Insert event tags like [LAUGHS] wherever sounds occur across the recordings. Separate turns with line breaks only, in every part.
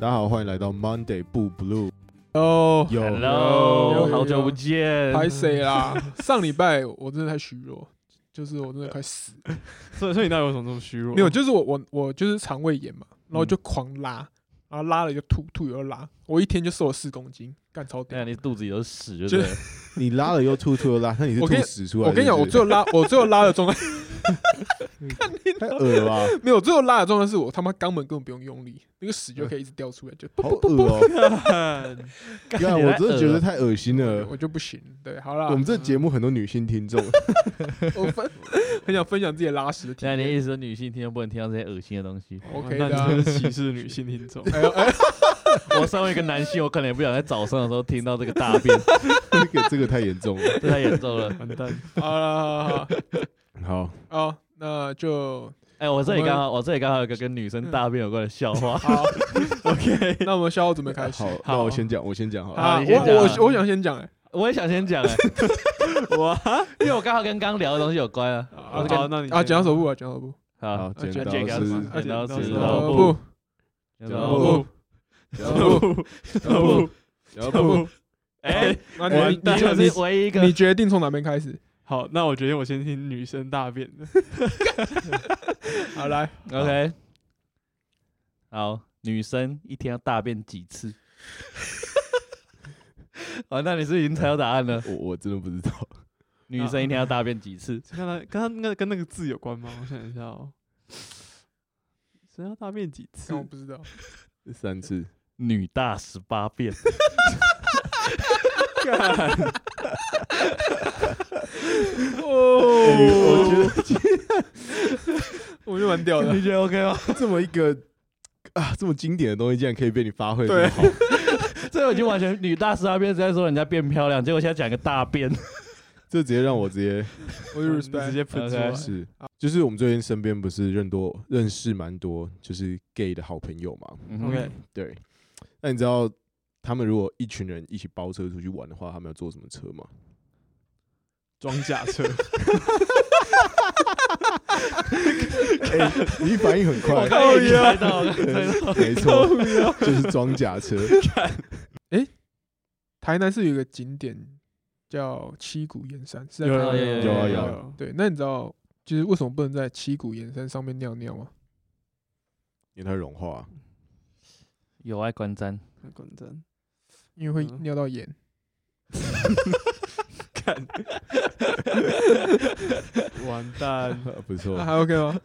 大家好，欢迎来到 Monday 不 Blue。
哦，
有
Hello，
有
好久不见，
拍谁啦？上礼拜我真的太虚弱，就是我真的快死了。
所以所以你到底为什么这么虚弱？
没有，就是我我我就是肠胃炎嘛，
嗯
然后就狂拉，然后拉了就吐，吐了又拉，我一天就瘦了四公斤，干超
哎
对啊，
屌。
你肚子里都是屎，
[LAUGHS]
就对了。
你拉了又吐，吐又拉，那你是
我
吐
跟你
屎出来
我跟你讲，我最
最
后拉， [LAUGHS] 我最后拉的状态
太恶啊了吧，
没有，我最后拉的状态是我他妈肛门根本不用用力，那个屎就可以一直掉出来，就 [LAUGHS] 不
好
不不
恶
不，
哦！
干
看，
[LAUGHS] 你
我
太
真的
恶啊
觉得
了
太恶心了。
我就不行。对，好啦，
呃我们这节目很多女性
[LAUGHS]
听众，
我分很想分享自己的拉屎的体
现在哎你的
验。
意思说女性听众不能听到这些恶心的东西？
OK
那
的啊。
你真的歧视女性听众
哎呦哎呦，
[LAUGHS] 我身为一个男性，我可能也不想在早上的时候听到这个大便， [LAUGHS]
这个这个太严重了。
这太严重了。
完蛋，
好啦好啦
好，
好啦，那就
哎、我这里
我们嗯
刚好，我这里刚好有一个跟女生大便有关的笑
[LAUGHS]
话。
好，
OK，
[LAUGHS] 那我们消耗准备开始
好。，那我先讲，我先讲好了。
好
啊，
你
我
先讲啊
我我想先讲哎、
我也想先讲
[LAUGHS]
哎、哇，因为我刚好跟刚刚聊的东西有关啊。
啊
我
好
是跟，
那你
啊，
先
剪刀手部啊，剪刀手部，
好
好，，剪
剪
刀
剪刀
是
石头
剪刀
石
剪
头
刀
布，
布，
剪
剪
刀
刀
布，
布
布， [LAUGHS] 布，
布，
[LAUGHS]
哦
然后
哦
不
哎，
那
哎
你
你
你
这
你
是唯一一个
你决定从哪边开始？
[LAUGHS] 好，那我决定我先听女生大便的。
好来，
OK，好，女生一天要大便几次？ [LAUGHS] 好，那你是已经猜到答 [LAUGHS] 案了。
我我真的不知道， [LAUGHS]
女生一天要大便几次？
看他，跟他那个跟那个字有关吗？我想一下哦。女生要大便几次
那？我不知道，
三次。
女大十八变。
哦
哎我觉得
我就蛮屌
[LAUGHS]
的。
你觉得 OK
[LAUGHS]
吗？
这么一个啊，这么经典的东西，竟然可以被你发挥
对
的好，
[LAUGHS] 这已经完全女大十八变是在说人家变漂亮，结果现在讲一个大 [LAUGHS] 便。
这直接让我直接
我就
你
respect，
直接喷出
OK
来。
是，啊就是我们最近身边不是认多认识蛮多就是 gay 的好朋友嘛，
嗯
OK，
对。那你知道他们如果一群人一起包车出去玩的话，他们要坐什么车
[LAUGHS]
吗？
装甲车，
哎，你反应很快
我，刚刚已经猜到了，猜到了
没错， [LAUGHS] 就是装甲车。
台南是有一个景点叫七股岩山，是在
有
台南吗
有有有有
有
有
对，那你知道就是为什么不能在七股岩山上面尿尿吗？
因为它融
[LAUGHS]
化，
有爱观瞻。
很滚蛋。
因为会
嗯
尿到盐。
看，完 [LAUGHS] 蛋。
呃不错
那，还啊 OK 吗？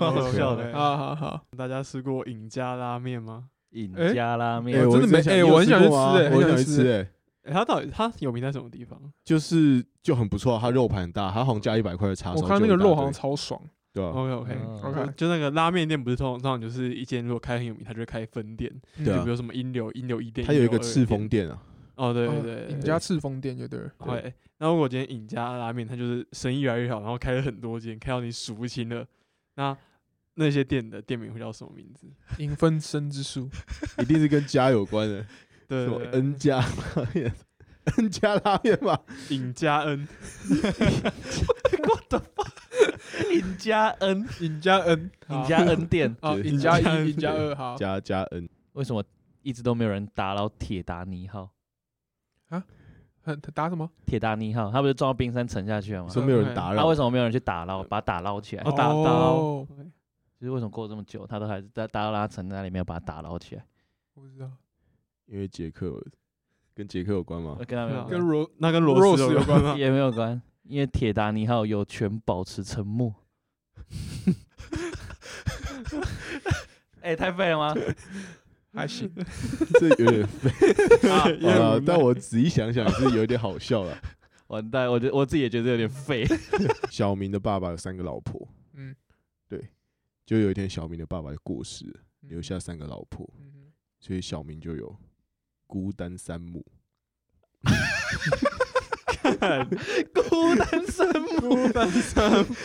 蛮好笑
的啊
好好好，
大家吃过尹家拉面吗？
尹
哎
家拉面
哎，
我真的没
想
哎
你有
我很想去
过吗
吃哎很
我很
想
想
去
去
吃
吃，哎，
欸他到底他有名在什么地方？
就是就很不错啊，它肉盘很大，它好像加一百块的叉烧，
我看那个肉好像，哦超爽。
对啊吧？
OK OK，、
嗯
OK
就那个拉面店不是通常就是一间如果开很有名，它就会开分店，
对
就
啊
嗯
比如什么英流、英流一店，
它有一
英流
个
二
赤峰
店。
店啊，
哦，对对
哦
对，
尹
对
家赤峰店就对了。
对
对，那如果今天尹家拉面，它就是生意越来越好，然后开了很多间，开到你数不清了，那那些店的店名会叫什么名字？
影分身之术，
一定是跟家有关的，
对
什么
对对
N 加拉面 [LAUGHS] ，N 加拉面吧。
尹家恩，
What the fuck？尹家恩，
尹家 N，
尹家恩店，
啊，
对
尹家
尹家
一、
恩
尹家二，
[LAUGHS]
好
加加 N，
为什么一直都没有人打扰铁达尼号？
很打什么？
铁达尼号，他不是撞到冰山沉下去了吗
你？说没有人打
他
扰
为，什么没有人去打捞，把它打捞起来？
哦打打
哦
哦，
就是为什么过了这么久，他都还是在打捞他沉在里面，把它打捞起来？
我不知道，
因为杰克有跟杰克有关 [LAUGHS] 吗？
跟他没有
跟
关
罗
那跟螺
Rose
丝
有
啊关
关吗？
也没有关，因为铁达尼号有权保持沉默。 [LAUGHS] 哎、太废了吗？
还行，
这有 [LAUGHS] 点
啊
[LAUGHS] 也很
啊
无，
但
奈
我仔细想想是有点好笑了。
完蛋，我觉得我自己也觉得有点废。 [LAUGHS]
小明的爸爸有三个老婆，
嗯，
就有一天小明的爸爸就过世了，
嗯
留下三个老婆，
嗯
所以小明就有孤单三母。
孤单 [LAUGHS] 生母，孤单生母，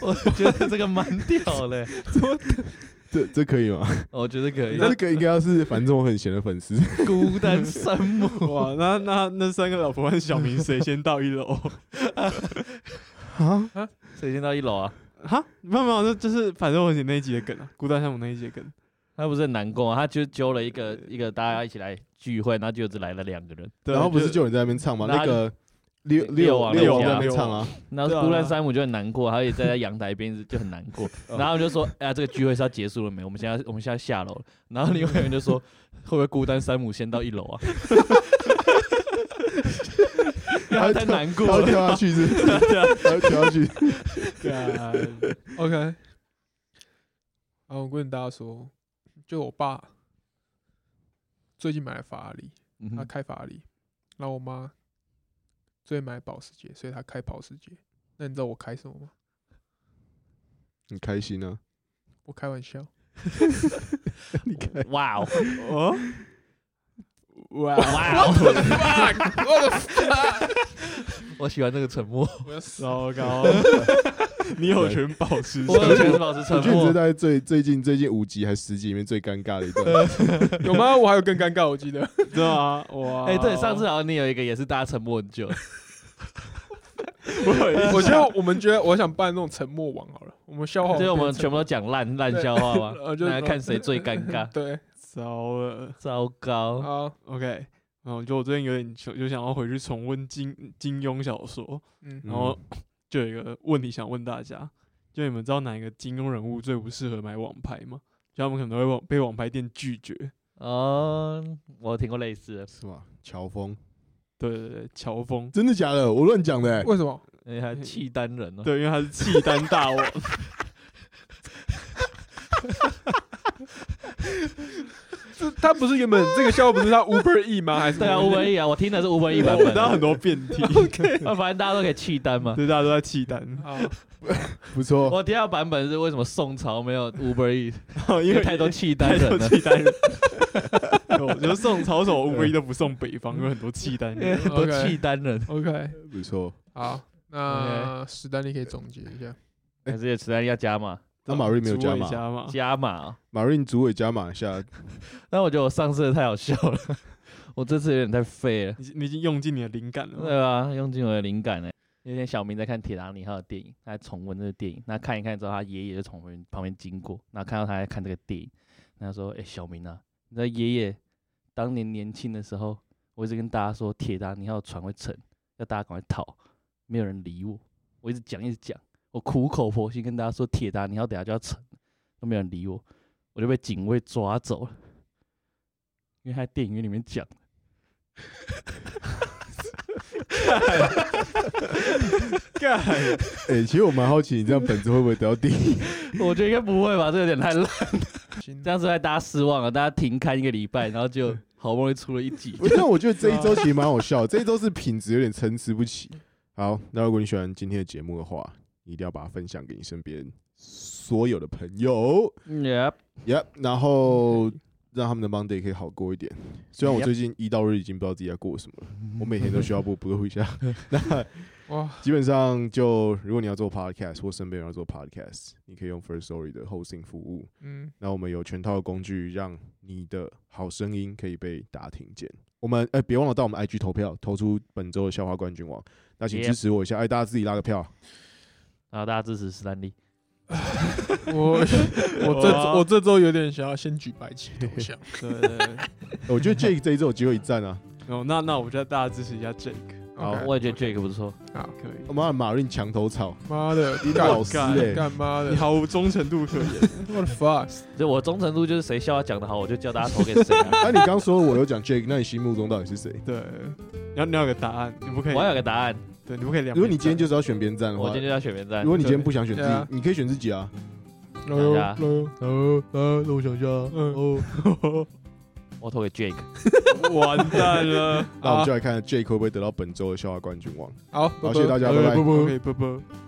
我觉得这个蛮屌嘞，
这这可以吗？ [LAUGHS]
我觉得可以。
这个应该要是反正我很闲的粉丝，
孤 [LAUGHS] 单生母，
哇，那那那三个老婆和小明谁先到一楼？ [LAUGHS]
谁先到一楼啊？啊
哈，没有没有，这就是反正我写那一集的梗啊，孤单山姆那一集的梗。
他不是很难过吗？他就揪了一个一个大家一起来聚会，然后就只来了两个人，
[LAUGHS] 然后不是就有人在那边唱吗？那个六六
王
六王
六
在
王
那边唱啊，
然后
对啊
突然山姆就很难过，他也站在阳台边一直就很难过，然后就说：“哎呀，这个聚会是要结束了没？我们现在我们现在下楼了。”然后另外一个人就说：“会不会孤单山姆先到一楼啊？”
然后
太
[LAUGHS]
难过
然后
了，啊
跳下去是不是，然后跳下去， [LAUGHS]
[LAUGHS] 干
OK，然后我跟大家说，就我爸最近买了法拉利，
嗯
他
哼
开法拉利，然后我妈最近买保时捷，所以他开保时捷。那你知道我开什么吗？
很开心啊！
我开玩笑，
你看，
[LAUGHS] 哇哦，
哦，哇，
哇哦，
我的
我喜欢这个沉默，
我要死！
糟 [LAUGHS] 糕，你有权保 [LAUGHS] 持
我有权保持
我
沉
觉得你这
默
大。概最最近最近五集还是十集里面最尴尬的一段，
有吗？我还有更尴尬，我记得。
对啊，哇，
哎，对，上次好像你有一个也是大家沉默很久，
我有一
[LAUGHS] 我觉得我们觉得我想办那种沉默王好了，我们笑话
就是我们
变成
全部都讲烂烂笑话吗？ [LAUGHS]
呃，就是。
来看谁啊最尴尬
[LAUGHS] 对，
糟了
糟糕，
好，
，OK。然后就我最近有点就就想要回去重温金金庸小说，
嗯，
嗯
然后就有一个问题想问大家，就你们知道哪一个金庸人物最不适合买网拍吗？就他们可能会网被网拍店拒绝。
哦，我听过类似的，
是吧？乔峰，
对对对，乔峰，
真的假的？我乱讲的欸，
为什么？
哎，还契丹人哦，
对，因为他是契丹大
[LAUGHS]
王，
这他不是原本这个笑话不是他 Uber E 吗？还是
对啊，五百亿啊，我听的是五百亿版
我
本
知道
啊，
很多变
[LAUGHS]
体，
啊反正大家都可以契丹嘛。
对，大家都在
[LAUGHS]
契丹，
啊，
不错，
我听到版本是为什么宋朝没有 Uber E，因
[LAUGHS] 因
为
为
太多契丹
太
人
多
了。 [LAUGHS]
契 [LAUGHS] 丹人。我觉得送曹手乌龟都不送北方，有很多契
[LAUGHS]
丹
[LAUGHS]
人。
很多契丹人，
OK，
不错。
好，那史丹利可以总结一下。
还是史丹利要加码
那马瑞没有
朱
加
伟
码，
加嘛？
加码哦。
马瑞主委加码一下，
但我觉得我上次的太好笑了， [LAUGHS] 我这次有点太废了，
你你已经用尽你的灵感了
对
吗。
吧？用尽我的灵感呢。欸有一天小明在看《铁达尼号》的电影，他在重温这个电影，那看一看之后，他爷爷就从旁边旁边经过，然后看到他在看这个电影，然后说：“哎、小明啊，你知道爷爷当年年轻的时候，我一直跟大家说铁达尼号船会沉，要大家赶快逃，没有人理我，我一直讲一直讲，我苦口婆心跟大家说铁达尼号等下就要沉，都没有人理我，我就被警卫抓走 [LAUGHS] 了，因为他在电影院里面讲。”
干，
哎，其实我蛮好奇你这样本子会不会得到第一？。
我觉得应该不会吧，这有点太烂，
行
这样子害大家失望了。大家停刊一个礼拜，然后就好不容易出了一集
[LAUGHS] 但我觉得这一周其实蛮好笑的，这一周是品质有点参差不齐。好，那如果你喜欢今天的节目的话，你一定要把它分享给你身边所有的朋友。
Yep，
Yep，然后让他们的 Monday 可以好过一点。虽然我
Yep
最近一到日已经不知道自己在过什么了，我每天都需要补补录一下。那
哇，
基本上就，如果你要做 Podcast 或身边有人要做 Podcast，你可以用 First Story 的 hosting 服务。
嗯，
那我们有全套的工具，让你的好声音可以被大家听见。我们哎，别、忘了到我们 IG 投票，投出本周的笑话冠军王。那请
Yep
支持我一下，哎、大家自己拉个票。
然后大家支持史丹利。 [LAUGHS]
我我这我这周有点想要先举白旗
[LAUGHS]
投降。
对对对。
我觉得 Jake 这一周有机会一战啊，
哦，那那我觉得大家支持一下 Jake，
好
OK
我也觉得 Jake 不错。
可以。
我们让马润墙头草，
妈的，
你
干
[LAUGHS]
老师欸
干
嘞、
干妈的
你，毫无忠诚度可言。
我的 fuck，
就我忠诚度就是谁笑话讲得好，我就叫大家投给谁啊、
那、你刚说我有讲 Jake，那你心目中到底是谁？
[LAUGHS] 对，你要你要有个答案，你不可以
我。要有个答案，
对，你不可以两边站。
如果你今天就是要选边站的
我
话
今，天就要选边站
如。果你今天不想选自
对啊
己，你可以选自己啊。
老油
大家嗯
老油，
哦，啊，那我想一下，哦，
我投给 Jake。
[LAUGHS] 完蛋了。
那我们就来看 Jake 会不会得到本周的笑话冠军王。
好，哎
好，谢谢大家，拜拜
不。不
呃 OK，拜拜。